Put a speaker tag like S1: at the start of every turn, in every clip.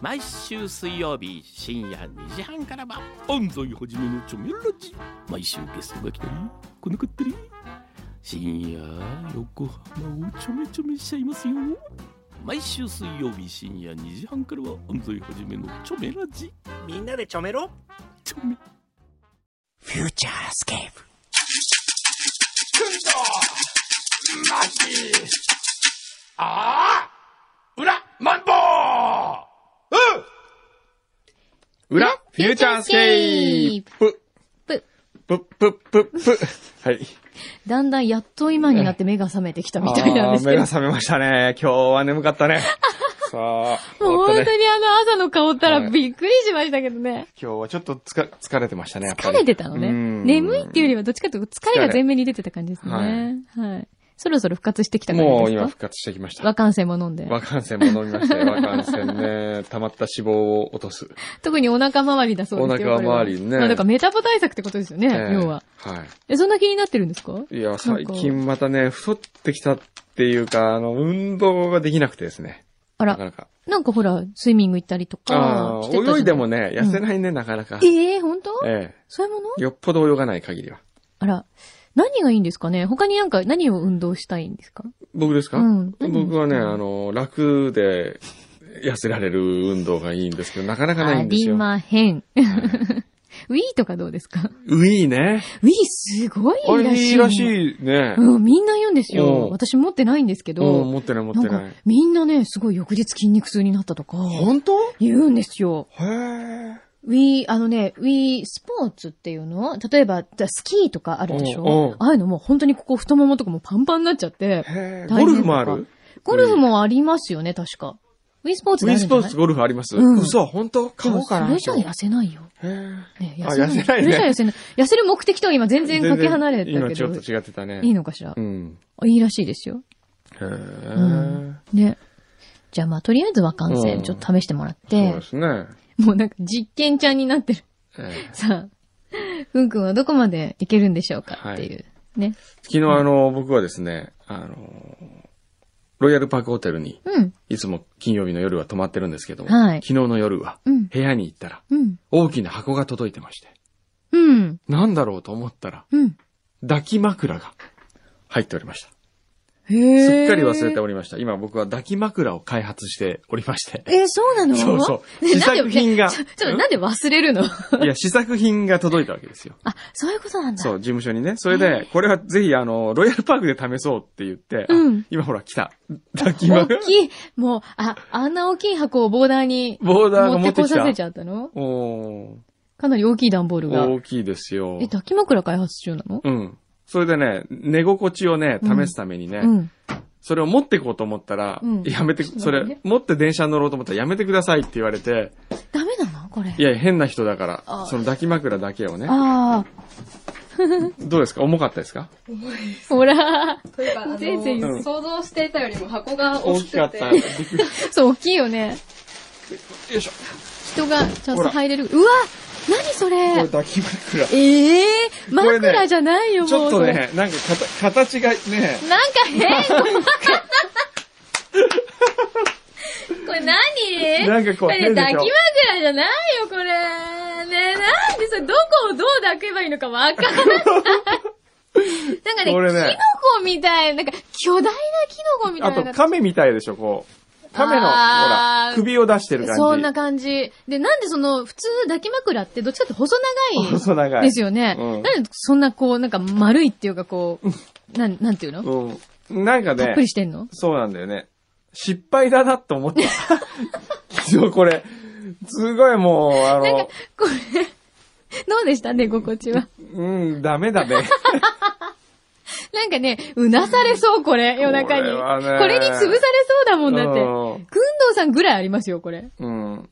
S1: 毎週水曜日深夜2時半からは安西はじめのチョメラジ毎週ゲストが来たり来なかったり深夜横浜をちょめちょめしちゃいますよ毎週水曜日深夜2時半からは安西はじめのチョメラジ
S2: みんなでちょめろ
S1: チョメ
S2: フューチャースケープ
S3: 裏フューチャースケープ
S4: プ
S3: ぷっぷっぷっ ぷ。はい。
S4: だんだんやっと今になって目が覚めてきたみたいなんで
S3: あー目
S4: すけど。
S3: が
S4: もう
S3: 覚めましたね。今日は眠かった ね。さあ、終わ
S4: 本
S3: った
S4: 当
S3: ね。
S4: にあの朝の顔った
S3: は
S4: ら
S3: い
S4: びっくりしましたけどね。
S3: 今日はちょっとつか疲れてましたね、やっぱ
S4: 疲
S3: り。
S4: れてたのね。
S3: うん
S4: 眠いっていうよりはどっちかというと疲れが前面に出てた感じですね。はい。そろそろ復活してきた感
S3: もう
S4: じで
S3: 今
S4: す
S3: 復活してきまし
S4: か
S3: た。
S4: 若干性も飲んで。
S3: 和感染も飲みましたよ。和感染ね。溜まった脂肪を落とす。
S4: 特にお腹周りだそうです
S3: お
S4: よ。
S3: 腹周り
S4: これは
S3: ね
S4: まあだからメタボ対策ってことですよね、
S3: ええ
S4: 要は。。
S3: は
S4: え、そんな気になってるんですか
S3: い。いや、最近またね、太ってきたっていうか、あの、運動ができなくてですね。
S4: あ、
S3: なからなか。
S4: なんかほら、スイミング行ったりとか
S3: ああ、
S4: してたじゃない
S3: 泳いでもね、痩せないね、なかなか。
S4: ええ本当
S3: え
S4: そういうもの
S3: え。よっぽど泳がない限りは。
S4: あら、何がいいんですかね他になんか何を運動したいんですか
S3: 僕ですか、
S4: うん
S3: 僕はね、
S4: うん
S3: あの、楽で痩せられる運動がいいんですけど、なかなかないんですよ。
S4: まへん。 ウィーとかどうですか
S3: ウィーね。
S4: ウィーすごい
S3: あれ
S4: らしい。
S3: いいらしいね。
S4: うん、みんな言うんです
S3: う
S4: よ。
S3: ん
S4: 私持ってないんですけ
S3: うん、
S4: ど、
S3: 持ってない持っ
S4: な
S3: て
S4: ん
S3: な
S4: か
S3: い。
S4: みんなね、すごい翌日筋肉痛になったとか、
S3: 本当
S4: 言うんですよ。
S3: へえ。
S4: ウィー、あのね、ウィースポーツっていうの例えば、だスキーとかあるでし
S3: うんうん
S4: ょああいうのも本当にここ太ももとかもパンパンになっちゃって、
S3: へえ。
S4: 大
S3: ゴ
S4: 変
S3: ルフもある
S4: ゴルフもありますよね、確か。ウィースポーツ
S3: ウ
S4: であ
S3: ィ
S4: る
S3: ース
S4: んじゃな
S3: ポ
S4: い
S3: ーツゴルフあります、
S4: うん
S3: 嘘、本当買おうかな。
S4: でもそれじゃ痩せないよ。
S3: へえ。
S4: ね
S3: あ痩せないね
S4: それじゃ痩せない。痩せる目的とは今全然かけ離れたけど。
S3: 今ちょっと違ってたね。
S4: いいのかしら、
S3: うん。
S4: あいいらしいですよ。
S3: へえ、
S4: んね。じゃあまあ、とりあえず和感
S3: う
S4: 染、
S3: ん
S4: ちょっと試してもらっ
S3: そう
S4: て
S3: で、すね。
S4: もうなんか実験ちゃんになってる。
S3: ええ
S4: さあ、ふんくんはどこまでいけるんでしょうかっていう。ね。
S3: 昨日、あの、僕はですね、あの、ロイヤルパークホテルに、
S4: うん、
S3: いつも金曜日の夜は泊まってるんですけども、
S4: はい
S3: 昨日の夜は
S4: うん、
S3: 部屋に行ったら
S4: うん、
S3: 大きな箱が届いてまして、
S4: うん、
S3: なんだろうと思ったら
S4: うん。
S3: 抱き枕が入っておりました。
S4: へ
S3: す
S4: え。
S3: っかり忘れておりました。今僕は抱き枕を開発しておりまして。
S4: えー、そうなの
S3: そうそう。試
S4: ねなんで
S3: 作品が
S4: ねちょ、ちょっとなんで忘れるの
S3: いや、試作品が届いたわけですよ。
S4: あ、そういうことなんだ。
S3: そう、事務所にね。それで、これはぜひ、あの、ロイヤルパークで試そうって言って、あ
S4: うん
S3: 今ほら来た。抱き
S4: 大
S3: 枕。
S4: きい、もう、あ、あんな大きい箱をボーダーに
S3: ボーダーが
S4: 持
S3: 持っ
S4: っ
S3: て
S4: てこ
S3: き
S4: させち
S3: た。
S4: ゃったの
S3: おー
S4: かなり大きい段ボールが。
S3: 大きいですよ。
S4: え、抱き枕開発中なの
S3: うん。それでね、寝心地をね、
S4: うん
S3: 試すためにね、
S4: うん。
S3: それを持ってこうと思ったら、
S4: うん
S3: やめて、
S4: ちょっと
S3: そ
S4: 待って
S3: れ
S4: ね、
S3: 持って電車に乗ろうと思ったらやめてくださいって言われて、
S4: ダメなのこれ。
S3: いや、変な人だから
S4: あ、
S3: その抱き枕だけをね、
S4: ああ、
S3: どうですか重かったですか
S4: ほら。
S5: というか、あの
S4: 全然
S3: うん
S5: 想像していたよりも箱が
S3: 大
S5: 大
S3: き
S5: き
S3: かっ
S5: く
S3: た。
S5: て
S3: びっ、くりよ
S4: そう、大きいよね。
S3: いし ょ。
S4: 人がちゃん
S3: ほ
S4: と
S3: ら
S4: 入れる。うわ何そ
S3: これ
S4: れ
S3: 抱き枕。ち
S4: ええー、
S3: これね
S4: 枕じゃない よ、
S3: ょ
S4: も
S3: っ
S4: う。
S3: とね、なんかかた形がね、
S4: それ。なんか変これ何
S3: なんかこう
S4: これ
S3: 変でしょ
S4: 抱き枕じゃないよ、これ。ねえ、なんでそれ、どこをどう抱けばいいのかわかんない。なんかね、
S3: これ
S4: キ
S3: ね
S4: ノコみたい、なんか巨大なキノコみた
S3: あ
S4: いな。
S3: と亀みたいでしょ、こう。亀の、ほ
S4: あー
S3: ら、首を出してる感じ。
S4: そんな感じ。で、なんでその、普通抱き枕ってどっちかって細 長
S3: 細長
S4: い
S3: い。
S4: ですよね。
S3: うん
S4: なんでそんなこう、なんか丸いっていうかこう、なん、なんていうの
S3: うん。なんかね、
S4: たっぷりしてんの
S3: そうなんだよね。失敗だなと思った。 そう、これ、すごいもう、あの、
S4: これ、どうでしたね、心 地は。
S3: うん、ダメだね。
S4: なんかね、うなされそう、これ、夜中に。
S3: これは
S4: こ
S3: ね
S4: れに潰されそうだもんだって。くんど
S3: うん
S4: うさんぐらいありますよ、これ。
S3: うん。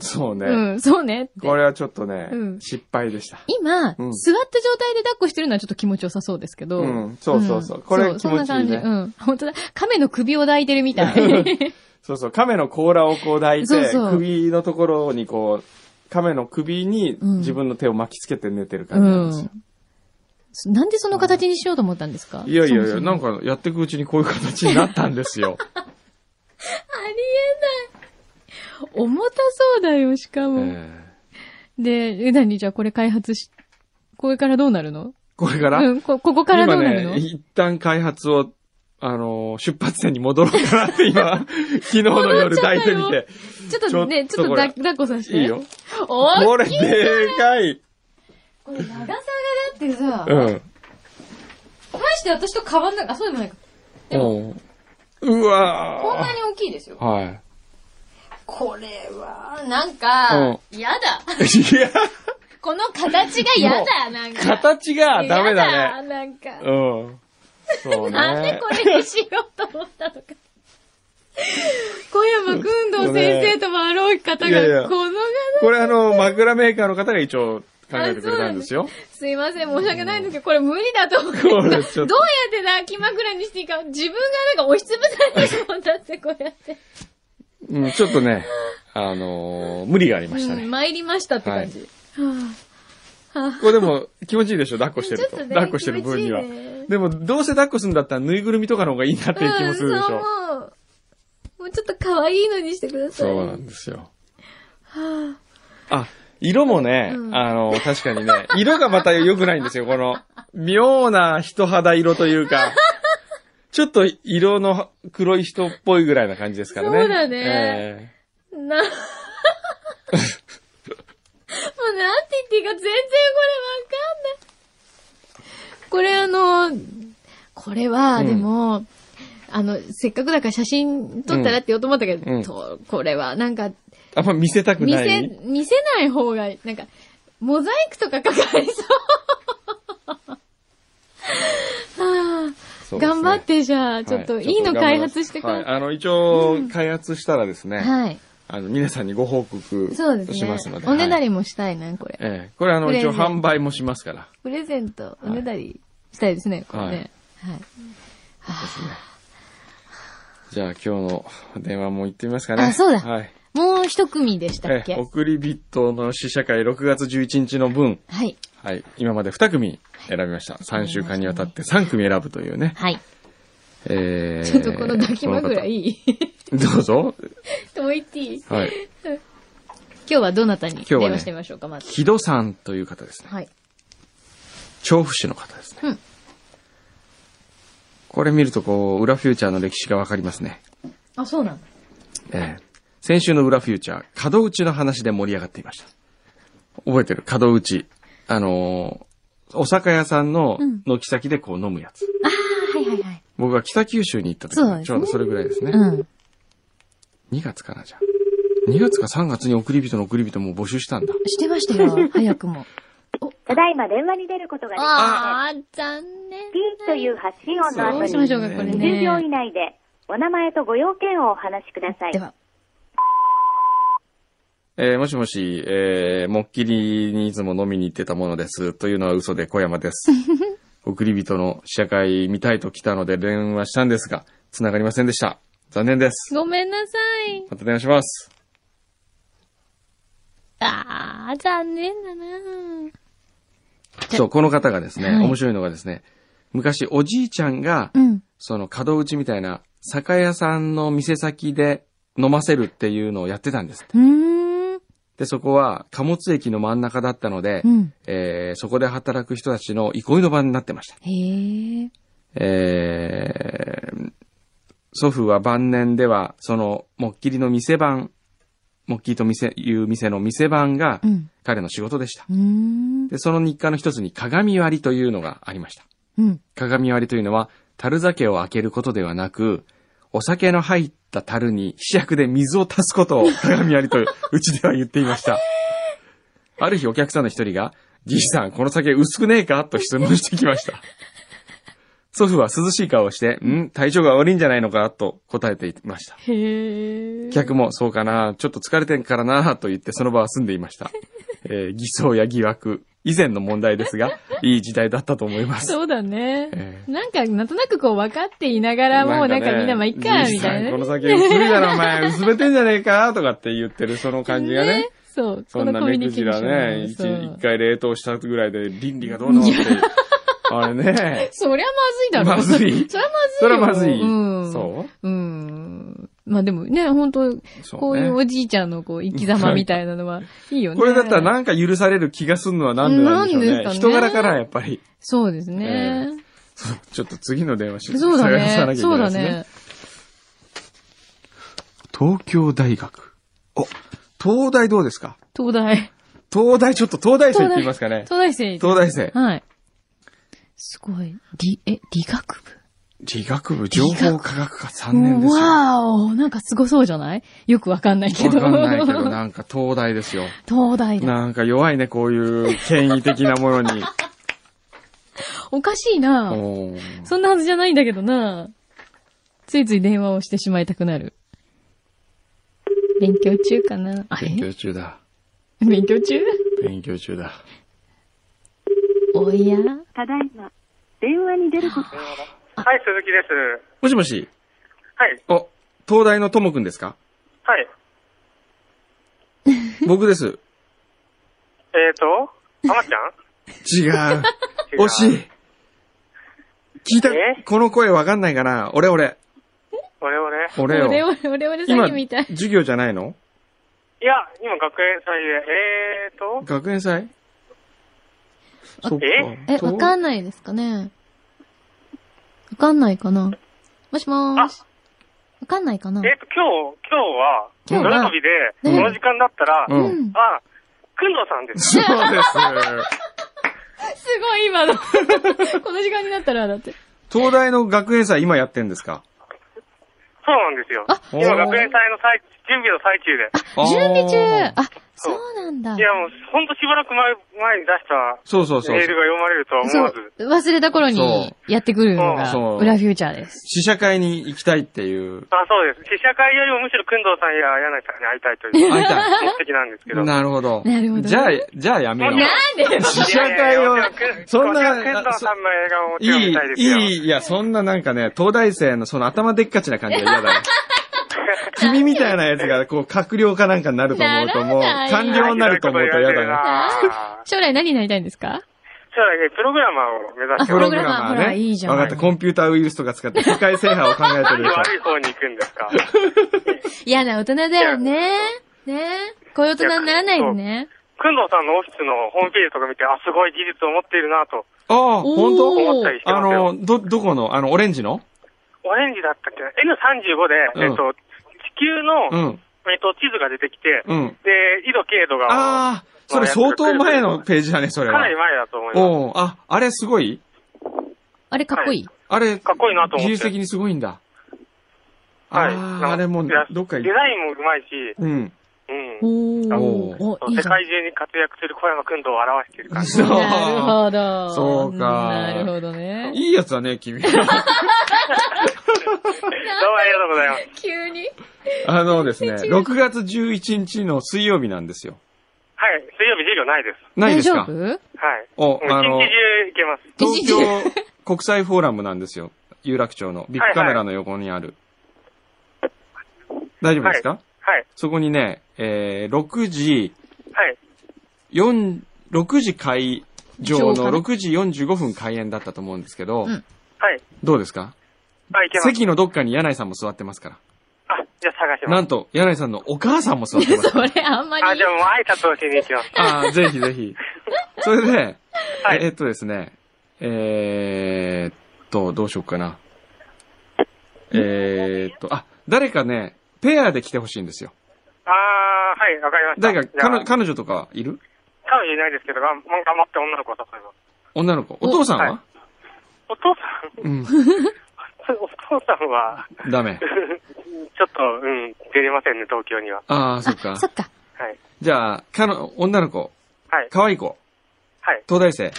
S3: そうね。
S4: うん、そうねって。
S3: これはちょっとね、
S4: うん
S3: 失敗でした。
S4: 今、
S3: うん
S4: 座った状態で抱っこしてるのはちょっと気持ちよさそうですけど。
S3: うんそうそうそうんこれ
S4: そう
S3: 気持ちいいね
S4: そんな感じ。うん。本当だ。亀の首を抱いてるみたい。
S3: そうそう、亀の甲羅をこう抱いて、
S4: そうそう
S3: 首のところにこう、亀の首に
S4: うん
S3: 自分の手を巻きつけて寝てる
S4: う
S3: 感じなんですよ
S4: ん。。なんでその形にしようと思ったんですか
S3: いやいやいや、
S4: そもそも
S3: なんかやっていくうちにこういう形になったんですよ。
S4: ありえない。重たそうだよ、しか
S3: え
S4: も。
S3: ー
S4: で、え、なにじゃあこれ開発し、これからどうなるの
S3: これから、
S4: うん、こ、ここからどうなる
S3: 今
S4: の、
S3: ね、一旦開発を、あのー出発点に戻ろうかなって今、 昨日の夜抱いてみて。
S4: ちょっとね、ちょっと
S3: ち
S4: だ
S3: ょっとこれ
S4: 抱っこさせて。
S3: いいよ。
S4: おー
S3: これ、でかい。
S5: これ長さがだってさ、
S3: うん。
S5: 大して私と変わんない、あ、そうでもないか。
S3: うんうわー
S5: こんなに大きいですよ。
S3: はい。
S5: これは、なんか、嫌だ。
S3: いや、
S4: この形が嫌だ、なんか。
S3: 形がダメだね。
S4: ね。なんか。
S3: うん。そうね。
S4: なんでこれにしようと思ったのか。小山君堂先生ともあろう方
S3: いやい
S4: が、
S3: や
S4: このが
S3: これあの、枕メーカーの方が一応考えてくれたんですよ。
S4: すいません、申し訳ないんですけど、これ無理だと思って。ど
S3: こ
S4: うや
S3: れ
S4: っ
S3: ちょっと
S4: て抱き枕にしていいか、自分がなんか押しつぶされてしまったって、こうやって。
S3: うん、ちょっとね、あのー無理がありました
S4: うん
S3: ね。
S4: 参りましたって感じ。
S3: これでも気持ちいいでしょ抱っこして
S4: ちょ
S3: る
S4: っ
S3: と。
S4: とね
S3: 抱っこしてる分には
S4: 気持ちいいね。
S3: でも、どうせ抱っこするんだったらぬいぐるみとかの方がいいなっていう気もするでし
S4: うん、そ
S3: ょ。
S4: う思う。もうちょっと可愛いのにしてください。
S3: そうなんですよ。あ、色もね、あの、確かにね、色がまた良くないんですよ。この、妙な人肌色というか、ちょっと色の黒い人っぽいぐらいな感じですからね。
S4: そうだね
S3: え
S4: な、 もうなんて言っていいか全然これわかんない。これあの、これは、
S3: うん
S4: でも、あの、せっかくだから写真撮ったらって言おうと思ったけど、
S3: うん
S4: とこれはなんか、
S3: えあんま見せたく
S4: 見
S3: な
S4: せ
S3: い。、
S4: 見せない方が、なんか、モザイクとかかかり
S3: そう
S4: そう。はあ、
S3: ですね
S4: 頑張っ、てじゃあ、
S3: はい
S4: ちょっといいの開発してく
S3: はい
S4: ださ
S3: あの、一応、開発したらですね、
S4: い。はい。
S3: あの、皆さんにご報告
S4: そうです
S3: しますの
S4: ね
S3: で。。
S4: おねだ
S3: はい
S4: りもしたいな、これ。
S3: ええこれあの、
S4: プレ
S3: 一
S4: ゼン
S3: 応販売もしますから。
S4: プレゼント、おねだりしたいですね、これね。はい。
S3: ですね。じゃあ今日の電話も行ってみますかね。
S4: あそうだ
S3: はい。
S4: もう一組でしたっ
S3: え
S4: け
S3: え、送りビットの試写会6月11日の分、
S4: はい。
S3: はい、今まで2組選びました。3週間にわたって3組選ぶというね。
S4: はい。
S3: えー、
S4: ちょっとこの抱き枕い
S3: い。
S4: い
S3: どうぞ。
S4: と も言っていい今
S3: はい。
S4: 日はどなたに電
S3: 今日は
S4: 話
S3: ね
S4: してみましょうか、まず。
S3: 木戸さんという方ですね。
S4: はい。
S3: 調布市の方ですね。
S4: うん
S3: これ見るとこう、裏フューチャーの歴史がわかりますね。
S4: あ、そうなんだ。
S3: ええ先週の裏フューチャー、角打ちの話で盛り上がっていました。覚えてる角打ち。あのーお酒屋さんの軒先でこう飲むやつ。
S4: はいはいはい。
S3: 僕が北九州に行った時、
S4: そうですね
S3: ちょうどそれぐらいですね。
S4: うん。
S3: 2月かな、じゃあ。2月か3月に送り人の送り人も募集したんだ。
S4: してまし たよ、早くも。
S6: ただいま電話に出ることができ
S4: あ
S6: ま
S4: ー、残念。
S6: せん。ピーという発信音の
S4: ど
S6: 後
S4: う
S6: に
S4: しましょうか、これ
S6: 10秒
S4: ね。
S6: 以内でお名前とご用件をお話しください
S4: で。は、
S3: えーもしもし、えー、もっきりにいつも飲みに行ってたものです。というのは嘘で小山 です。送り人の試写会見たいと来たので電話したんですが、繋がりませんでした。残念です。
S4: ごめんなさい。
S3: また電話します。
S4: あー、残念だな
S3: そう、この方がですね、
S4: はい
S3: 面白いのがですね、昔おじいちゃんが、
S4: うん。
S3: その角打ちみたいな酒屋さんの店先で飲ませるっていうのをやってたんですって。
S4: うーん。
S3: で、そこは貨物駅の真ん中だったので、
S4: うん。
S3: えーそこで働く人たちの憩いの場になってました。
S4: へー。
S3: えー祖父は晩年では、その、もっきりの店番、もっきりと店、いう店の店番が
S4: うん。
S3: 彼の仕事でした
S4: う。ーん。
S3: で、その日課の一つに鏡割りというのがありました。
S4: うん。
S3: 鏡割りというのは、樽酒を開けることではなく、お酒の入った樽に試薬で水を足すことを 鏡割りとうちでは言っていました。ある日お客さんの一人が、じいさん、この酒薄くねえかと質問してきました。祖父は涼しい顔をして、ん体調が悪いんじゃないのかと答えていました。
S4: へー。
S3: 客も、そうかな、ちょっと疲れてんからな、と言ってその場は済んでいました。えー偽装や疑惑、以前の問題ですが、いい時代だったと思います。
S4: そうだね。
S3: え
S4: なんか、なんとなくこう分かっていながらも、なんかみんなまあいっか、
S3: じい
S4: み
S3: さん
S4: たいな
S3: この
S4: ね。
S3: 先薄いだろ、お前。薄めてんじゃねえかとかって言ってる、その感じがね。
S4: そう、
S3: そんな目くじらね、一
S4: そう
S3: 一回冷凍したぐらいで倫理がどうのっていう。あれね。
S4: そりゃまずいだろ。
S3: まずい
S4: そりゃまずいよ。
S3: それはまずい。
S4: うん。
S3: そう
S4: う。うん。まあでもね、本当
S3: そ
S4: こういう
S3: ね
S4: おじいちゃんのこう、生き様みたいなのは、いいよね。
S3: これだったらなんか許される気がすんのはなんでなんでしょう
S4: なん
S3: ね。
S4: ですかね
S3: 人柄からやっぱり。
S4: そうですね。
S3: ちょっと次の電話し
S4: そうだ
S3: 探さなき
S4: ね。
S3: ゃいけ
S4: そ
S3: ない
S4: う
S3: で
S4: だ
S3: すね
S4: ね。。
S3: 東京大学。お、東大どうですか
S4: 東大。
S3: 東大、ちょっと東大生行ってみますかね。
S4: 東大生。
S3: 東大生。
S4: はい。すごい。理、え、理学部
S3: 理学部情報科学科3年ですよ。わ
S4: わーおなんかすごそうじゃないよくわかんないけど。
S3: かんないけど、なんか東大ですよ。
S4: 東大だ。
S3: なんか弱いね、こういう権威的なもの に。
S4: おかしいな
S3: おー
S4: そんなはずじゃないんだけどなついつい電話をしてしまいたくなる。勉強中かなあれ
S3: 勉強中だ。
S4: 勉強中
S3: 勉強中だ。
S4: おや
S6: ただいま、電話に出ること。
S7: はい、鈴木です。
S3: もしもし、
S7: はい、
S3: お、東大のともくんです か
S7: はい。
S3: 僕です。
S7: えーと、あまち ゃん
S3: 違う。
S7: 違う
S3: 惜しい。聞いた
S7: え、
S3: この声わかんないかな俺俺。
S7: 我々。
S4: お
S3: 俺
S4: れ
S3: よ。
S4: おれおれおれ
S3: 今、
S4: 詐欺みたい。
S3: 授業じゃないの
S7: いや、今学園祭で、えーと、
S3: 学園祭そっか
S4: え、わか
S3: ん
S4: んないですかねわかんないかなもしもーし。わかんないかな
S7: えーと、今日、今日は、
S4: 今日
S7: 夜
S4: は
S7: 遊びで、
S4: ね
S7: この時間だったら、
S3: うん。
S4: うん
S7: あ、くんどうさんで
S3: そ
S7: す。
S3: うです。
S4: すごい今の。 この時間になったら、だって。
S3: 東大の学園祭今やってんですか
S7: そうなんですよ。
S4: あ
S7: 今学園祭の最、準備の最中で。
S3: あー
S4: 準備中あ、そうなんだ
S7: い。や、もう、ほんとしばらく前、前に出した
S3: そうそうそう
S7: メール。が読まれるとは思
S4: そ
S7: わず
S4: う。、忘れた頃に
S3: そ
S4: やってくるのが
S3: そう、
S4: 裏フューチャーです。
S3: 試写会に行きたいっていう。
S7: あ、そうです。試写会よりもむしろくんどうさんや柳井さんに会いたいという
S3: 会いたい。
S7: 目的なんですけど。
S3: なるほど。
S4: なるほど
S3: じゃあ、じゃあやめよう。
S4: なんでよ
S3: 試写会を
S7: いやいやいやもちろく、
S3: そんな
S7: もちろくんどうさんの映画をも
S3: い
S7: ちろん見
S3: い
S7: たい、ですよ。
S3: いい、いや、そんななんかね、東大生のその頭でっかちな感じが嫌だ よ。君みたいなやつが、こう、閣僚かなんかになると思うと、もう
S4: ならない、
S3: 官僚になると思うと嫌だな。
S7: な。
S4: 将来何になりたいんですか
S7: 将来ね、プログラマーを目指して
S4: あ
S3: プ
S7: ます、
S3: ログラマ
S4: ほ
S3: ー
S4: ら
S3: ね。
S4: いいじゃん
S3: わかった、コンピューターウイルスとか使って世界制覇を考えて
S7: 何
S3: る
S7: で
S3: でしょ。
S7: 悪い方に行くんですか
S4: 嫌な大人だよね。ねこういう大人にならないでね。
S7: くんどうさんのオフィスのホームページとか見て、あ、すごい技術を持っているなと
S3: ああ、本
S4: おー
S3: 当
S7: 思ったりして
S3: あ
S7: ますよ。
S3: の、ど、どこのあの、オレンジの
S7: オレンジだったっけな ?N35 で、
S3: うん
S7: えっと、地球の、
S3: うん、
S7: えっと、地図が出てきて、
S3: うん。
S7: で、緯度、経度が、
S3: ああ、それ相当前のページだね、それ
S7: か
S3: は。
S7: なり前だと思います。
S3: おーあ、あれすごい
S4: あれかっこいい。
S3: あれ、
S7: かっこいいなと
S3: 技
S7: 思って。
S3: 術的にすごいんだ。
S7: は
S3: あ
S7: い。なん
S3: あ、
S7: か
S3: あれも
S7: いや、
S3: どっか
S7: デ
S3: 行
S7: ザインもうまいし、
S3: うん。
S7: うん。
S4: おー。
S3: お
S4: お、いい
S7: 世
S4: じゃん。
S7: 界中に活躍する小山くんどを表している感 じ。
S3: そう
S4: なるほど。
S3: そうか
S4: なるほどね。
S3: いいやつだね、君。あ
S7: どうもありがとうございます。
S4: 急に。
S3: のです ね、6月11日の水曜日なんですよ。
S7: はい。水曜日授業ないです。
S3: ないです
S4: 大
S3: か
S4: 丈夫
S7: はい。
S3: お
S7: もう
S3: あ
S7: 一
S3: の
S7: 日中行けます。
S3: 東京国際フォーラムなんですよ。有楽町のビッグカメラの横にある。大丈夫ですか、
S7: はい。
S3: そこにね、えー、6時、
S7: はい。
S3: 4、6時会場
S4: 場か
S3: の
S4: な
S3: 6時45分開演だったと思うんですけど、
S4: うん
S7: はい。
S3: どうですか
S7: あ、行けます。
S3: 席のどっかに柳井さんも座ってますから。
S7: あ、じゃあ探し
S3: な
S7: ます。
S3: んと、柳井さんのお母さんも座ってます。
S4: それあんまり。
S7: あ、じゃあもう挨拶をしに行きます。
S3: ああ、ぜひぜひ。それで、
S7: はい
S3: えーっとですね、えー、っと、どうしようかな。えー、っと、あ、誰かね、ペアで来てほしいんですよ。
S7: あー、はい、わかりました。
S3: 誰か、
S7: じゃあ
S3: 彼女彼女とかいる
S7: 彼女いないですけど、がん頑張って女の子を誘います。
S3: 女の子。お父さんは、
S7: はお父さ
S3: う
S7: ん、
S3: ん。
S7: お父さんは、
S3: ダメ。
S7: ちょっと、うん、出れませんね、東京には。
S3: ああ、そっ
S4: あ
S3: か。
S4: そっか。
S7: はい。
S3: じゃあ、彼女、女の子、
S7: はい。
S3: 可愛い子、
S7: はい。
S3: 東大生。
S7: は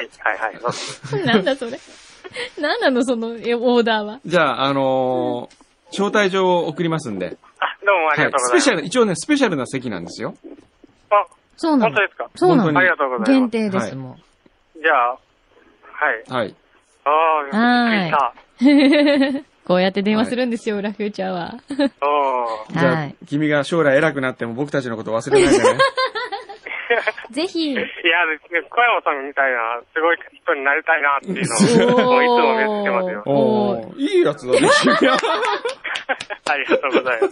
S7: い。はい。はい。そうです
S4: なんだそれ。 なんなのそのえオーダーは。
S3: じゃあ、あのー招待状を送りますんで。
S7: あ、どうもありがとうご
S3: ス
S7: ざい
S3: ペ
S7: ます。
S3: シャル、一応ね、スペシャルな席なんですよ。
S7: あ、
S4: そうな
S7: 本
S4: の
S7: 当。ですか
S4: そうな
S3: 本当
S7: あ
S3: に
S7: り
S4: の。
S7: がとうございま
S4: 限
S7: す。
S4: 定で
S3: は
S4: す、
S3: い
S4: も
S7: じゃあ、はい。
S3: はい。
S7: ああ、びっくりした。
S4: う。こうやって電話するんですよ、裏フューチャーは。
S7: おー。
S3: じゃあ、
S4: はい
S3: 君が将来偉くなっても僕たちのこと忘れないでね。
S4: ぜひ。
S7: いや、小山さんみたいな、すごい人になりたいなっていうのを、もういつも目指してます よ。
S3: おーいいやつだね。
S7: ありがとうございま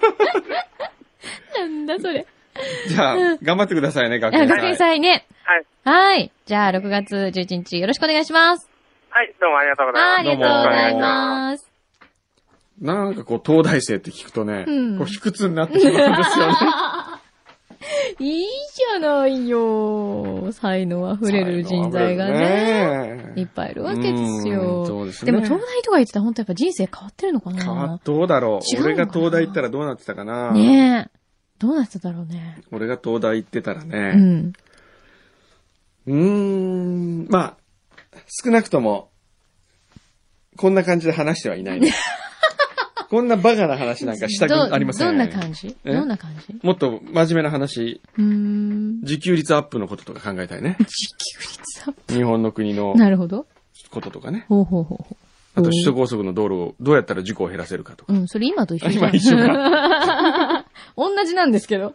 S7: す。
S4: なんだそれ。
S3: じゃあ、頑張ってくださいね、学
S4: あ
S3: 園
S4: 学
S3: 祭。
S4: 園祭ね。
S7: はい。
S4: はい。じゃあ、6月11日よろしくお願いします。
S7: はい、どうもありがとうございます
S4: あ。ありがとうございます。
S3: なんかこう、東大生って聞くとね、
S4: うん
S3: こう、卑屈になってしまうんですよね。
S4: いいじゃないよ。才能溢れる人材がね。いっ
S3: ね。
S4: ぱいいるわけです
S3: うん
S4: よ。
S3: そうですね
S4: でも、東大とか言ってたら本当やっぱ人生変わってるのか
S3: 変わ
S4: な
S3: どうだろ
S4: 違
S3: う。
S4: うの
S3: 俺
S4: かな
S3: が東大行ったらどうなってたかな。
S4: ねえ。どうなってただろうね。
S3: 俺が東大行ってたら
S4: う
S3: ね。
S4: ん。
S3: うーん。まあ、少なくとも、こんな感じで話してはいない ね。こんなバカな話なんかした
S4: ど
S3: くありません。
S4: どんな感じ
S3: え
S4: どんな感じ
S3: もっと真面目な話、
S4: うーん。
S3: 自給率アップのこととか考えたい ね。
S4: さ
S3: 日本の国の
S4: なるほど。
S3: こととかね。
S4: ほうほうほうほ
S3: あと首都高速の道路をどうやったら事故を減らせるかとか。
S4: う。うん、それ今と一緒じゃ
S3: 今
S4: ん。
S3: 一緒か。
S4: 同じなんですけど。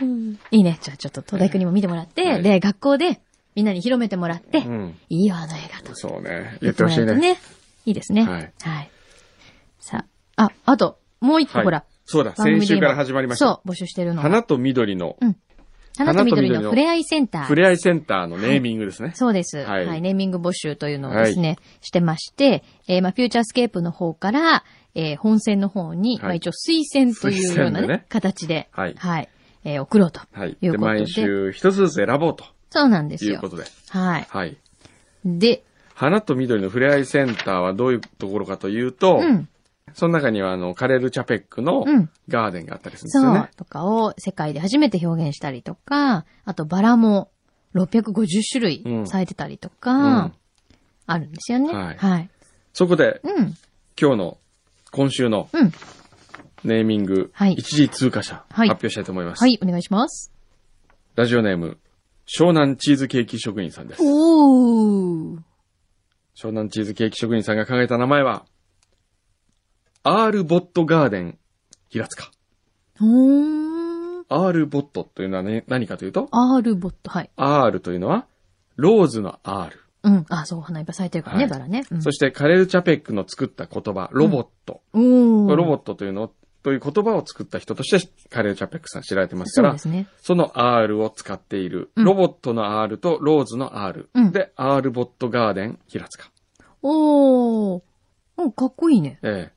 S4: うんいいね。じゃあちょっと東大君にも見てもらって、
S3: はい
S4: で、学校でみんなに広めてもらって、
S3: うん。
S4: いいよ、あの映画と。
S3: そうね。言ってほしい
S4: 言ってもらえると
S3: ね。
S4: いいですね。
S3: はい
S4: さあ、あ、あと、もう一個、
S3: はい
S4: ほら。
S3: そうだ。
S4: 番
S3: 先
S4: 組で
S3: 週から始まりました。
S4: そう、募集してるの。
S3: 花と緑の
S4: 花
S3: 花と
S4: と緑
S3: 緑の
S4: のふれあいセンター。
S3: ふれあいセンターのネーミングですね。
S4: そうです、
S3: は
S4: はいい。ネーミング募集というのをですね、してまして、えーまあ、フューチャースケープの方から、えー本線の方に、
S3: はい
S4: まあ、一応推薦というような
S3: 推薦
S4: ね、
S3: でね
S4: 形で、
S3: はい
S4: えー送ろうと。
S3: はい。
S4: い
S3: で、
S4: うことで
S3: 毎週一つずつ選ぼうと
S4: そうなんです
S3: いう
S4: よ
S3: こ。とで。
S4: はい。
S3: はい。
S4: で、
S3: 花と緑のふれあいセンターはどういうところかというと、
S4: うん、
S3: その中にはあの、カレル・チャペックの
S4: うん
S3: ガーデンがあったりするんです
S4: そ
S3: よ
S4: う
S3: ね。、
S4: とかを世界で初めて表現したりとか、あとバラも650種類
S3: うん
S4: 咲いてたりと
S3: うん
S4: か、あるんですよね。
S3: はい
S4: はい。
S3: そこで、
S4: うん、
S3: 今日の、今週の
S4: うん。
S3: ネーミング、
S4: はい
S3: 一時通過者、
S4: はい
S3: 発表したいと思います。
S4: はい、お願いします。
S3: ラジオネーム、湘南チーズケーキ職人さんです。
S4: おー。
S3: 湘南チーズケーキ職人さんが考えた名前は、アールボットガーデン平塚。
S4: ほーん。
S3: アールボットというのは、ね、何かというと、
S4: R ボット、はい。
S3: R というのは、ローズの R。
S4: うん。あ、そう、花いっぱい咲いてるからね、
S3: はい
S4: バラね。うん、
S3: そして、カレル・チャペックの作った言葉、ロボット。
S4: おー
S3: ロボットというの、という言葉を作った人として、カレル・チャペックさん知られてますか
S4: そう
S3: ら
S4: で、すね。
S3: その R を使っている、
S4: うん
S3: ロボットの R とローズの R、
S4: うん
S3: で、R ボットガーデン平塚。
S4: おー。うん、かっこいいね。
S3: え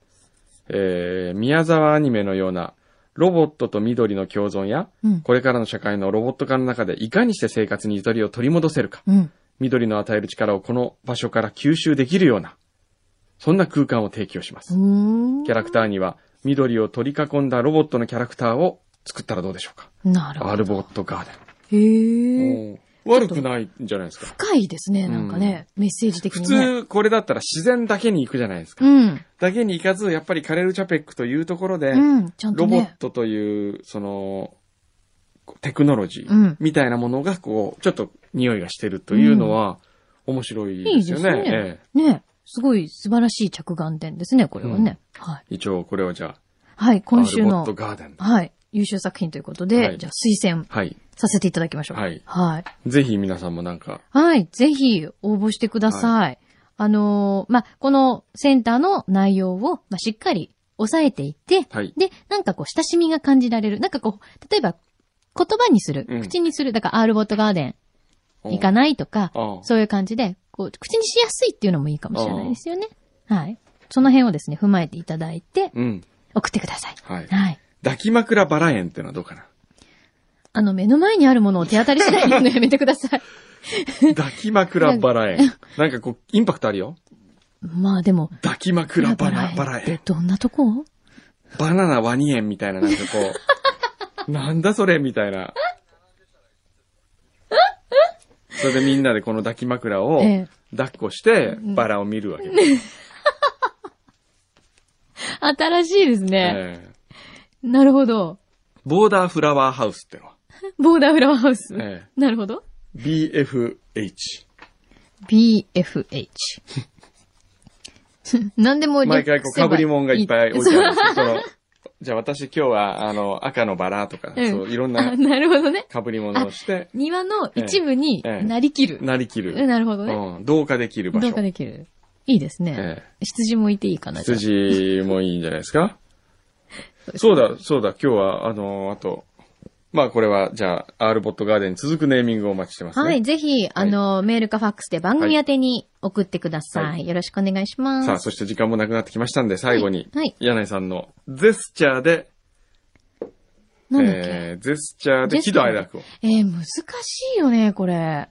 S3: ええー宮沢アニメのような、ロボットと緑の共存や、
S4: うん。
S3: これからの社会のロボット化の中でいかにして生活にゆとりを取り戻せるか、
S4: うん。
S3: 緑の与える力をこの場所から吸収できるような、そんな空間を提供します。
S4: うーん。
S3: キャラクターには、緑を取り囲んだロボットのキャラクターを作ったらどうでしょうか。
S4: なるほど。
S3: アルボットガー
S4: へー。
S3: デン。悪くないんじゃないですか。
S4: 深いですね、なんかね。メッセージ的
S3: 普
S4: にね。
S3: 通、これだったら自然だけに行くじゃないですか。
S4: うん。
S3: だけに行かず、やっぱりカレル・チャペックというところで、
S4: うん。ちゃんと
S3: ロボッ
S4: ね。
S3: トという、その、テクノロジ
S4: う
S3: ー
S4: ん
S3: みたいなものが、こう、ちょっと匂いがしてるというのは、面白い
S4: いい
S3: です
S4: で
S3: よ
S4: す
S3: ね。
S4: ね。
S3: え
S4: ね
S3: え
S4: すごい素晴らしい着眼点ですね、これはね。はい。
S3: 一応、これはじゃ
S4: はい、
S3: あ、
S4: 今週
S3: ア
S4: の
S3: ルボット、ガーデン。
S4: はい、優秀作品ということで、
S3: はい
S4: じゃあ推薦
S3: はい。
S4: させていただきましょう。
S3: はい
S4: はい。
S3: ぜひ皆さんもなんか、
S4: はい、ぜひ応募してください。あのーまあ、このセンターの内容を、まあ、しっかり抑えていって、
S3: はい
S4: で、なんかこう、親しみが感じられる。なんかこう、例えば、言葉にする、
S3: うん
S4: 口にする、だから、アールボットガーデン行か
S3: な
S4: ないとか、
S3: ああ
S4: そういう感じで、こう、口にしやすいっていうのもいいかもしれないですよね。はい。その辺をですね、踏まえていただいて、
S3: うん。
S4: 送ってください。
S3: はい。
S4: はい。
S3: 抱き枕バラ園っていうのはどう かな
S4: あの、目の前にあるものを手当たりしないのやめてくだ さい。
S3: 抱き枕バラ園。なんかこう、インパクトあるよ。
S4: まあでも、
S3: 抱き枕バラ、バラ
S4: っ
S3: 園
S4: て。どんなとこ
S3: バナナワニ園みたいな、なんかこ う、なんだそれみたいな。それでみんなでこの抱き枕を
S4: ええ
S3: 抱っこして、バラを見るわけです。
S4: 新しいですね。
S3: ええ
S4: なるほど。
S3: ボーダーフラワーハウスってのは、
S4: ボーダーフラワーハウス。
S3: え
S4: なるほど。
S3: え BFH。
S4: BFH。何でも略
S3: 毎回こう、被り物がいっぱい置いてあるんですよ。その、じゃあ私今日は、あの、赤のバラとか、
S4: うん
S3: そう、いろん
S4: あ
S3: な
S4: なるほどね。
S3: 被り物をして、
S4: 庭の一部に
S3: ええ
S4: なりきる。
S3: なりき
S4: うん
S3: る。
S4: なるほどね。
S3: うん。同化できる場所。
S4: どうかできる。いいですね。
S3: え
S4: 羊もいていいか
S3: え
S4: な。じゃあ
S3: 羊もいいんじゃないですか
S4: そうです
S3: そうだ、そうだ、今日は、あの、あと、まあこれは、じゃあ、R ボットガーデンに続くネーミングをお待ちしてますね。
S4: はい、ぜひ、あの、メールかファックスで番組宛てに送ってくださ。
S3: はい
S4: よろしくお願いします。
S3: さあ、そして時間もなくなってきましたんで、最後に、
S4: はいはい
S3: 柳井さんのゼスチャーで、
S4: なんだっけ
S3: えー、ゼスチャーで
S4: ジェス
S3: 喜
S4: チャ
S3: 怒
S4: ー
S3: 哀楽を。
S4: えー難しいよね、これ。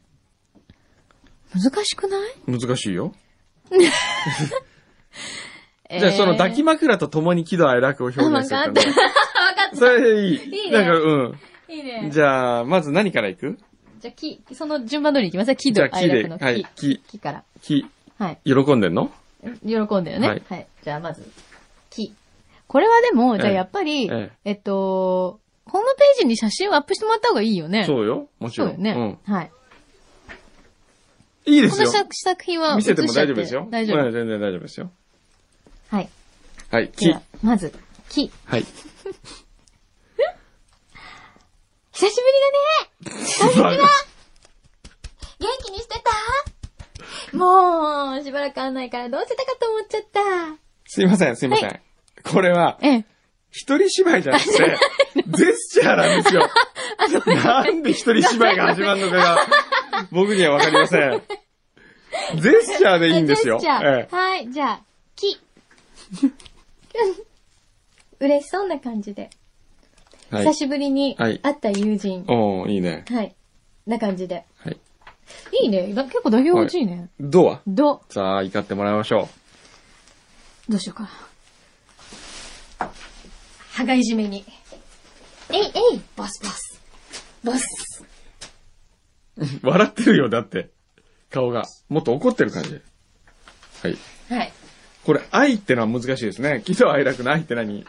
S4: 難しくない
S3: 難しいよ。
S4: えー
S3: じゃあ、その抱き枕と共に喜怒哀楽を表現する
S4: あ
S3: か
S4: わ
S3: な
S4: かっ。わかっ
S3: それでいい。
S4: いいね
S3: なんか、
S4: た。いい
S3: うん。
S4: ね。
S3: じゃあ、まず何からいく
S4: じゃあ、き、その順番通りいきます喜
S3: じゃ
S4: 怒
S3: あ、
S4: 哀
S3: 木
S4: 楽
S3: で。
S4: の
S3: はい
S4: 喜。。
S3: 木。
S4: 喜から。
S3: 木。
S4: はい。
S3: 喜んでんの
S4: 喜んでるね。
S3: は
S4: はいい。じゃあ、まず、木。これはでも、じゃあ
S3: ええ
S4: やっぱり、え
S3: え
S4: っと、ホームページに写真をアップしてもらった方がいいよね。
S3: え。そうよ。もち
S4: そう
S3: ろ
S4: よ
S3: ん。
S4: ね。はい。
S3: うん。いいで
S4: こ
S3: す
S4: の
S3: よ。
S4: 作作品は
S3: 見せても
S4: 写しちゃ
S3: 大
S4: っ
S3: 丈夫ですよ。
S4: 大丈夫。
S3: うん全然大丈夫ですよ。
S4: はい。
S3: はい。木
S4: で。は、まず、木。
S3: はい。
S5: 久しぶ
S3: バ
S5: りだ
S3: カ
S5: ね元気にしてたもう、しばらく会わないからどうしてたかと思っちゃった。
S3: すいません、すいません。これは、
S4: ええ。
S3: 一人芝居じゃなくて、ゼスチャーなんですよ。なんで一人芝居が始まるのかが、僕にはわかりません。ゼスチャーでいいんですよ。
S5: じゃあ、
S3: ええ
S5: はい、じゃあ、き。 嬉しそうな感じで。
S3: はい
S5: 久しぶりに
S3: はい
S5: 会った友人。
S3: おー、いいね。
S5: はい。な感じで。
S3: はい。
S4: いいね。だ結構代表欲しいね。
S3: ドア。
S4: ど、
S3: さあ、怒ってもらいましょ
S4: どうしようかな。
S5: 羽がいじめに。えいえい、ボスボス。ボス。
S3: う。笑ってるよ、だって。顔が。もっと怒ってる感じ。はい。
S5: はい。
S3: これ、愛ってのは難しいですね。喜怒哀楽の愛って何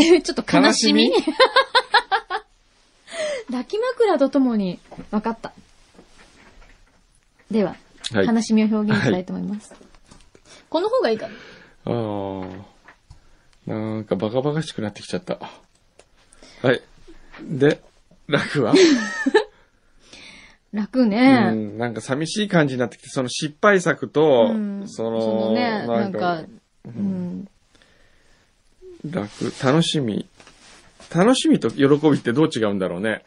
S4: え、ちょっと悲しみ
S3: 悲 し
S4: 抱き枕とともに、わかった。では、
S3: はい。
S4: 悲しみを表現したいと思います。この方がいいかな。
S3: あーなんかバカバカしくなってきちゃった。はい。で、楽は
S4: 楽
S3: う
S4: ね。
S3: ん、なんか寂しい感じになってきて、その失敗作と、
S4: うん
S3: その、
S4: そのね、なんか、うん。
S3: 楽、楽しみ。楽しみと喜びってどう違うんだろうね。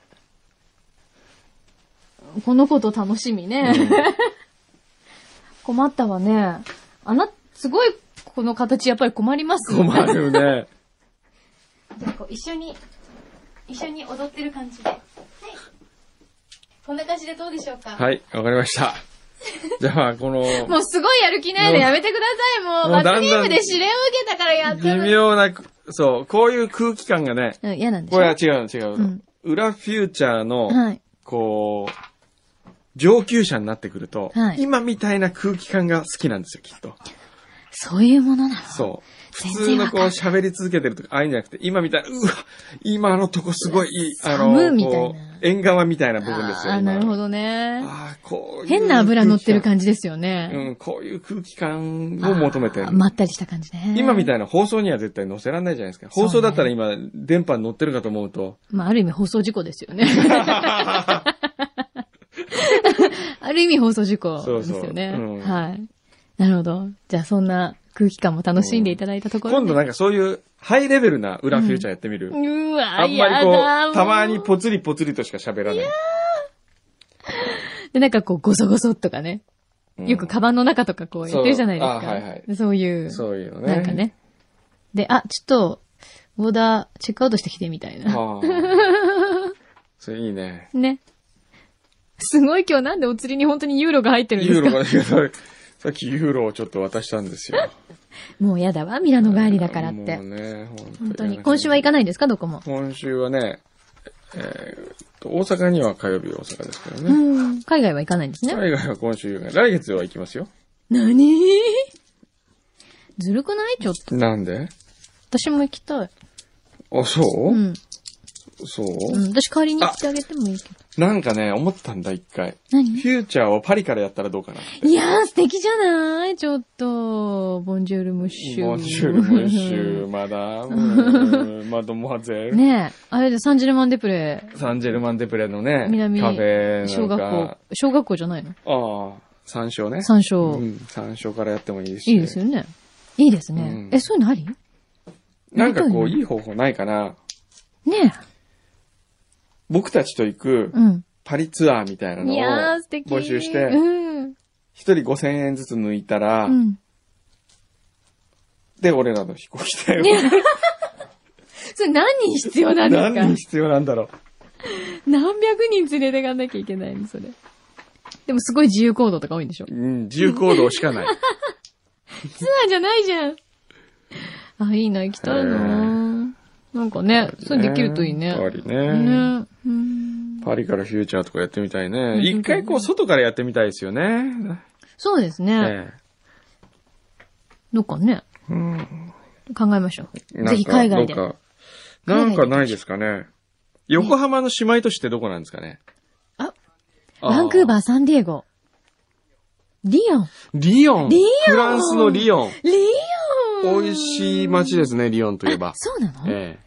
S4: このこと楽しみね。困ったわね。あな、すごい、この形やっぱり困りますよね。
S3: 困る ね。
S5: じゃあ、こう、一緒に、一緒に踊ってる感じで。はい。こんな感じでどうでしょうか
S3: はい、わかりました。じゃあ、この、
S4: もうすごいやる気ないのやめてください。も
S3: もう
S4: う、罰ゲ
S3: だ
S4: ー
S3: んだん
S4: ムで指令を受けたからやって
S3: 微
S4: る。
S3: 妙な、そう、こういう空気感がね、
S4: うん、嫌なんでし
S3: こ
S4: ょ
S3: れは違うの違うの。
S4: うん
S3: 裏フューチャーの、
S4: はい。
S3: こう、上級者になってくると、
S4: はい
S3: 今みたいな空気感が好きなんですよ、きっと。
S4: そういうものなの。
S3: そう。普
S4: 全
S3: 通
S4: 然
S3: の
S4: わ
S3: こ
S4: か
S3: うん
S4: ない
S3: 喋り続けてるとか、ああいうんじゃなくて、今みたいな、うわ、今のとこすごいいい、あの、
S4: 寒いみたいな
S3: こう縁側みたいな部分ですよ。
S4: あーなるほ
S3: ど。
S4: どね。
S3: ああ、こういう
S4: 変な油乗ってる感じですよ
S3: じ。う
S4: ね。
S3: ん、こういう空気感を求めてる
S4: あ。まったりした感じね。
S3: 今み
S4: い。
S3: たいな放送には絶対載せられないじゃないですか。
S4: そうね
S3: 放送だったら今、電波に乗ってるかと思うと、
S4: まあ、ある意味放送事故で すよね。ある意味放送事故ですよね。
S3: そうそううん
S4: はい。なるほど。じゃあ、そんな空気感も楽しんでいただいたところで。
S3: 今度なんかそういうハイレベルな裏フューチャーやってみる。
S4: うわ、
S3: あんま
S4: や
S3: り
S4: だ
S3: こ
S4: も
S3: う、たまにぽつりぽつりとしか喋らない。
S4: で、なんかこう、ごそごそっとかね。
S3: うん
S4: よくカバンの中とかこうやってるじゃないですか。
S3: そうあはいはい
S4: でそういう。
S3: そういうのね。
S4: なんかね。で、あ、ちょっと、オーダー、チェックアウトしてきてみたいな。
S3: ああ。 それいいね。
S4: ね。すごい今日なんでお釣りに本当にユーロが入ってるんで
S3: ユー
S4: す
S3: ロ
S4: か
S3: が、さっきユーロをちょっと渡したんですよ。
S4: もうやだわ、ミラノ帰りだからっ
S3: もう
S4: て。
S3: ね、
S4: 本当に。今週は行かないですか、どこも。
S3: 今週はね、えーっと、大阪には火曜日大阪ですけど
S4: う
S3: ね。
S4: ん。海外は行かないんですね。
S3: 海外は今週、来月は行きますよ。
S4: 何ずるくないちょっと。
S3: なんで
S4: 私も行きたい。
S3: あ、そう
S4: うん。
S3: そう、
S4: うん、私代わりに着てあげてもいいけど。
S3: なんかね、思ったんだ、一回。フ
S4: 何
S3: ューチャーをパリからやったらどうかなって。
S4: いやー、素敵じゃないちょっと、ボンジュールムッシュ。
S3: ボンジュール、ボンジュール、マダム、マドモアゼル。
S4: ねえ、あれでサンジェルマンデプレ、
S3: サンジェルマンデプレのね、
S4: 南
S3: カフェな
S4: 小
S3: ん
S4: 学
S3: か
S4: 校、、小学校じゃないの
S3: ああ、山椒ね。
S4: 三章、
S3: うん、山椒からやってもいいし。
S4: いいですよね。いいですね。
S3: うん
S4: え、そういうのあり
S3: なんかこう、
S4: やりたいね
S3: いい方法ないかな。
S4: ね
S3: 僕たちと行く
S4: え。うん。
S3: パリツアーみたいなの
S4: いやー、素敵。
S3: を募集して、
S4: うん。
S3: 一人5000円ずつ抜いたら
S4: う、ん。
S3: で、俺らの飛行機 代を。
S4: それ何人必要なんですか
S3: 何に必要なんだろ
S4: 何百人連れてかなきゃいけないの、それ。でもすごい自由行動とか多いんでしょ
S3: う。うん、自由行動しかない。
S4: ツアーじゃないじゃん。あ、いいな、行きたいな。なんかね、 そうできるといいね。
S3: パリね。
S4: ね。うん
S3: パリからフューチャーとかやってみたい
S4: ん
S3: ね。一回こう、外からやってみたいですよね。
S4: そうですね。
S3: ええ
S4: どっかね、
S3: うん
S4: 考えましょう。
S3: なん
S4: ぜひ
S3: か
S4: 海外で
S3: ど。うかなんかないですかね。横浜の姉妹都市ってどこなんですかね。
S4: あ、バンクーバ
S3: ー。
S4: ー、サンディエゴ。リヨン。
S3: リヨン。
S4: リヨン
S3: フランスのリヨン。
S4: リヨン
S3: 美味しい街ですね、リヨンといえば。
S4: そうなの
S3: え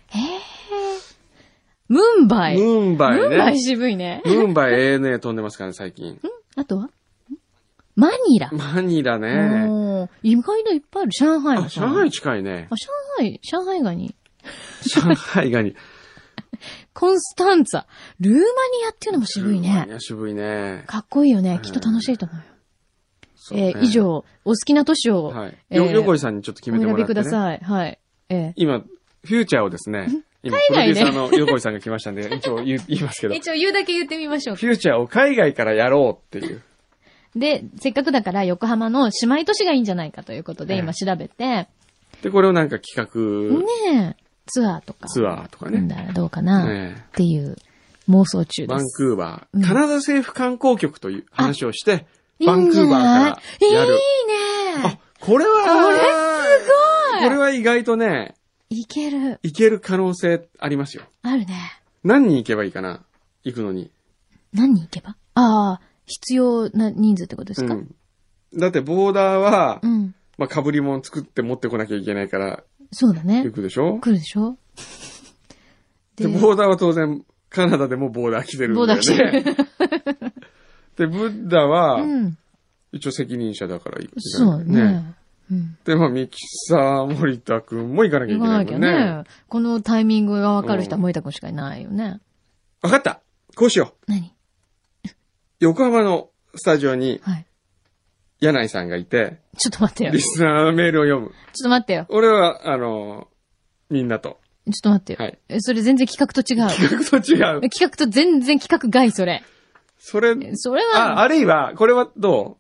S4: ムンバ
S3: え。
S4: イ。
S3: ムンバ
S4: ム
S3: イ
S4: ンバイ
S3: ね。
S4: 渋いね。
S3: ムンバイ ANA 飛んでますからね、最近。
S4: あとはんマニラ。
S3: マニラね。
S4: おー意外といっぱいある。上海
S3: あ、
S4: もさ
S3: 上海近いね。
S4: あ、上海、上海がに。
S3: 上海がに。
S4: コンスタンツァ。ルーマニアっていうのも渋い
S3: マ
S4: ね
S3: ニ。ア渋いね。
S4: かっこいいよね。きっと楽しいと思うよ。
S3: そう
S4: え
S3: ね
S4: ー以。上、お好きな都市を、
S3: はい。
S4: えー
S3: よ、横井さんにちょっと決
S4: お
S3: めて
S4: 選
S3: もら
S4: び
S3: って
S4: く
S3: ね。
S4: ださい。はい。え
S3: 今、フューチャーをですね、今、プロデュー
S4: 海外で
S3: サーの横井さんが来ましたん で、一応言う言いますけ
S4: ー
S3: ど、
S4: 一応言うだけ言ってみましょう。
S3: フューチャーを海外からやろうっていう。
S4: で、せっかくだから横浜の姉妹都市がいいんじゃないかということで、
S3: ええ
S4: 今調べて、
S3: で、これをなんか企画、
S4: ねえ、ツアーとか、
S3: ツアーとか
S4: 組ん
S3: ね。
S4: だらどうかな、っ
S3: ええ
S4: ていう妄想中で
S3: バン
S4: す。
S3: クーバ
S4: うん
S3: ー、カナダ政府観光局という話をして、
S4: いい
S3: バン
S4: ん
S3: ク
S4: じゃ
S3: ーバー
S4: な
S3: からや
S4: い
S3: る。
S4: いいね
S3: あ、これは、これす
S4: ごい
S3: これは意外とね、
S4: いける。
S3: 行ける可能性ありますよ。
S4: あるね。
S3: 何人行けばいいかな行くのに。
S4: 何人行けばああ、必要な人数ってことで
S3: う
S4: すか、うん、
S3: ん。だってボーダーは、
S4: うん。
S3: まあ、被り物作って持ってこなきゃいけないから、
S4: そうだね
S3: 行。くでしょ
S4: 来るでしょ
S3: で、ボーダーは当然、カナダでもボーダー来てるんだよね。
S4: ボーダー来てる
S3: で、ブッダは、
S4: うん。
S3: 一応責任者だから行くじゃ
S4: そ
S3: な
S4: う
S3: い
S4: ね。うん。
S3: で、まあ、ミキサー、森田くんも行かなきゃい
S4: 行
S3: け
S4: か
S3: な
S4: ないき
S3: も
S4: ゃ
S3: んね。
S4: ね。このタイミングがわかる人は
S3: うん
S4: 森田くんしかいないよね。
S3: わかったこうしよう
S4: 何
S3: 横浜のスタジオに、
S4: はい。
S3: 柳井さんがいて、
S4: ちょっと待ってよ。ち
S3: リ
S4: ょっ
S3: スナーのメールを読む。
S4: と待ってよ。
S3: 俺は、あの、みんなと。
S4: ちょっと待ってよ。
S3: はい
S4: えそれ全然企画と違う。
S3: 企画と違う。
S4: 企画と全然企画外、それ。
S3: それ、
S4: えそれ
S3: あ、
S4: は、
S3: あるいは、これはど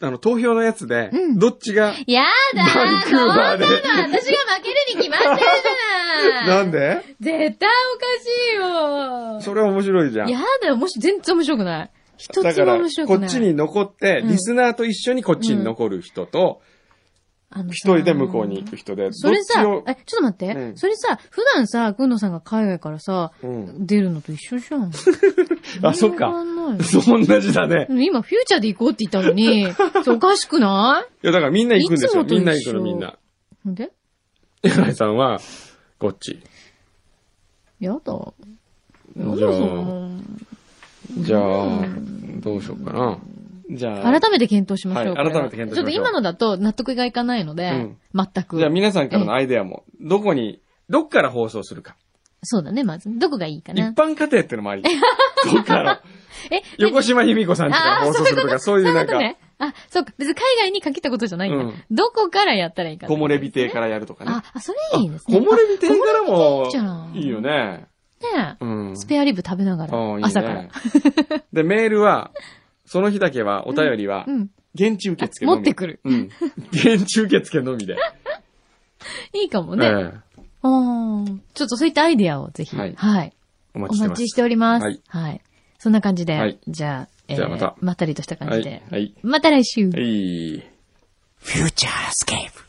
S3: うあの、投票のやつで、
S4: うん
S3: どっちが、
S4: やだー
S3: バンクーバーで
S4: そんなの私が負けるに決まってるじゃない
S3: なんで
S4: 絶対おかしいよ
S3: それは面白いじゃん。
S4: やだよ、もし全然面白くない。一
S3: だ
S4: つ
S3: か
S4: も
S3: ら
S4: 面白く
S3: こ
S4: ない。
S3: っちに残って、
S4: うん
S3: リスナーと一緒にこっちに残る人と、
S4: あのさ、
S3: 一人で向こうに行く人で、
S4: それさ、え、ち
S3: ど
S4: ょ
S3: っ
S4: っと待って。
S3: うん
S4: それさ、普段さ、くんのさんが海外からさ、
S3: うん
S4: 出るのと一緒じ ゃん。
S3: ちを、あ、そっか。
S4: 変わんないよ
S3: そう、同じだね。
S4: 今、フューチャーで行こうって言ったの に、それおかしくない
S3: や、だからみんな行くんですよ。
S4: いつもと一
S3: み
S4: 緒
S3: んな行くの、みんな。
S4: いんで
S3: 柳井さんは、こっち。
S4: やだ。
S3: じ
S4: やだ
S3: ゃ
S4: そ
S3: あ、
S4: ん
S3: じゃあ、どうしようかな。じゃあ、
S4: な改めて検討しましょう。
S3: はい
S4: これは
S3: 改めて検討しましょう
S4: ちょっと今のだと納得がいかないので、
S3: うん
S4: 全く。
S3: じゃあ皆さんからのアイデアも、どこに、どっから放送するか。
S4: そうだね、まず。どこがいいか
S3: 一
S4: な。
S3: 般家庭っての もあり。どっから。
S4: え、
S3: 横島由美子さんちから
S4: ああー、
S3: 放送
S4: そうい
S3: す
S4: う
S3: る
S4: ことと
S3: か、そういうなん
S4: そ
S3: か
S4: う、ね。あ、そうか。別に海外に限ったことじゃないんだ。
S3: うん
S4: どこからやったらいいかって
S3: こ
S4: こと
S3: も
S4: です
S3: れ
S4: ね
S3: び亭からやるとかね。
S4: あ、あそれいいですね。
S3: こもれび亭からも
S4: いいじゃ、ん
S3: いいよね。
S4: あねえ
S3: うん。
S4: スペアリブ食べながら、
S3: ああいいね
S4: 朝から。
S3: で、メールは、その日だけは、お便りは
S4: う、ん。
S3: 現地受付のみ。
S4: 持ってくる
S3: うん。現地受付のみで。
S4: いいかもね。
S3: ええ
S4: おーちょっとそういったアイディアをぜひ、
S3: は
S4: はいい。
S3: お待
S4: お
S3: ちして
S4: 待
S3: ます
S4: ち。しております。
S3: はい
S4: はい。そんな感じで、
S3: はい
S4: じゃあ、え
S3: じゃあまた
S4: まったりとした感
S3: は
S4: じ
S3: い
S4: で。。
S3: はい。
S4: また来週。
S3: はい。
S2: Future Scape.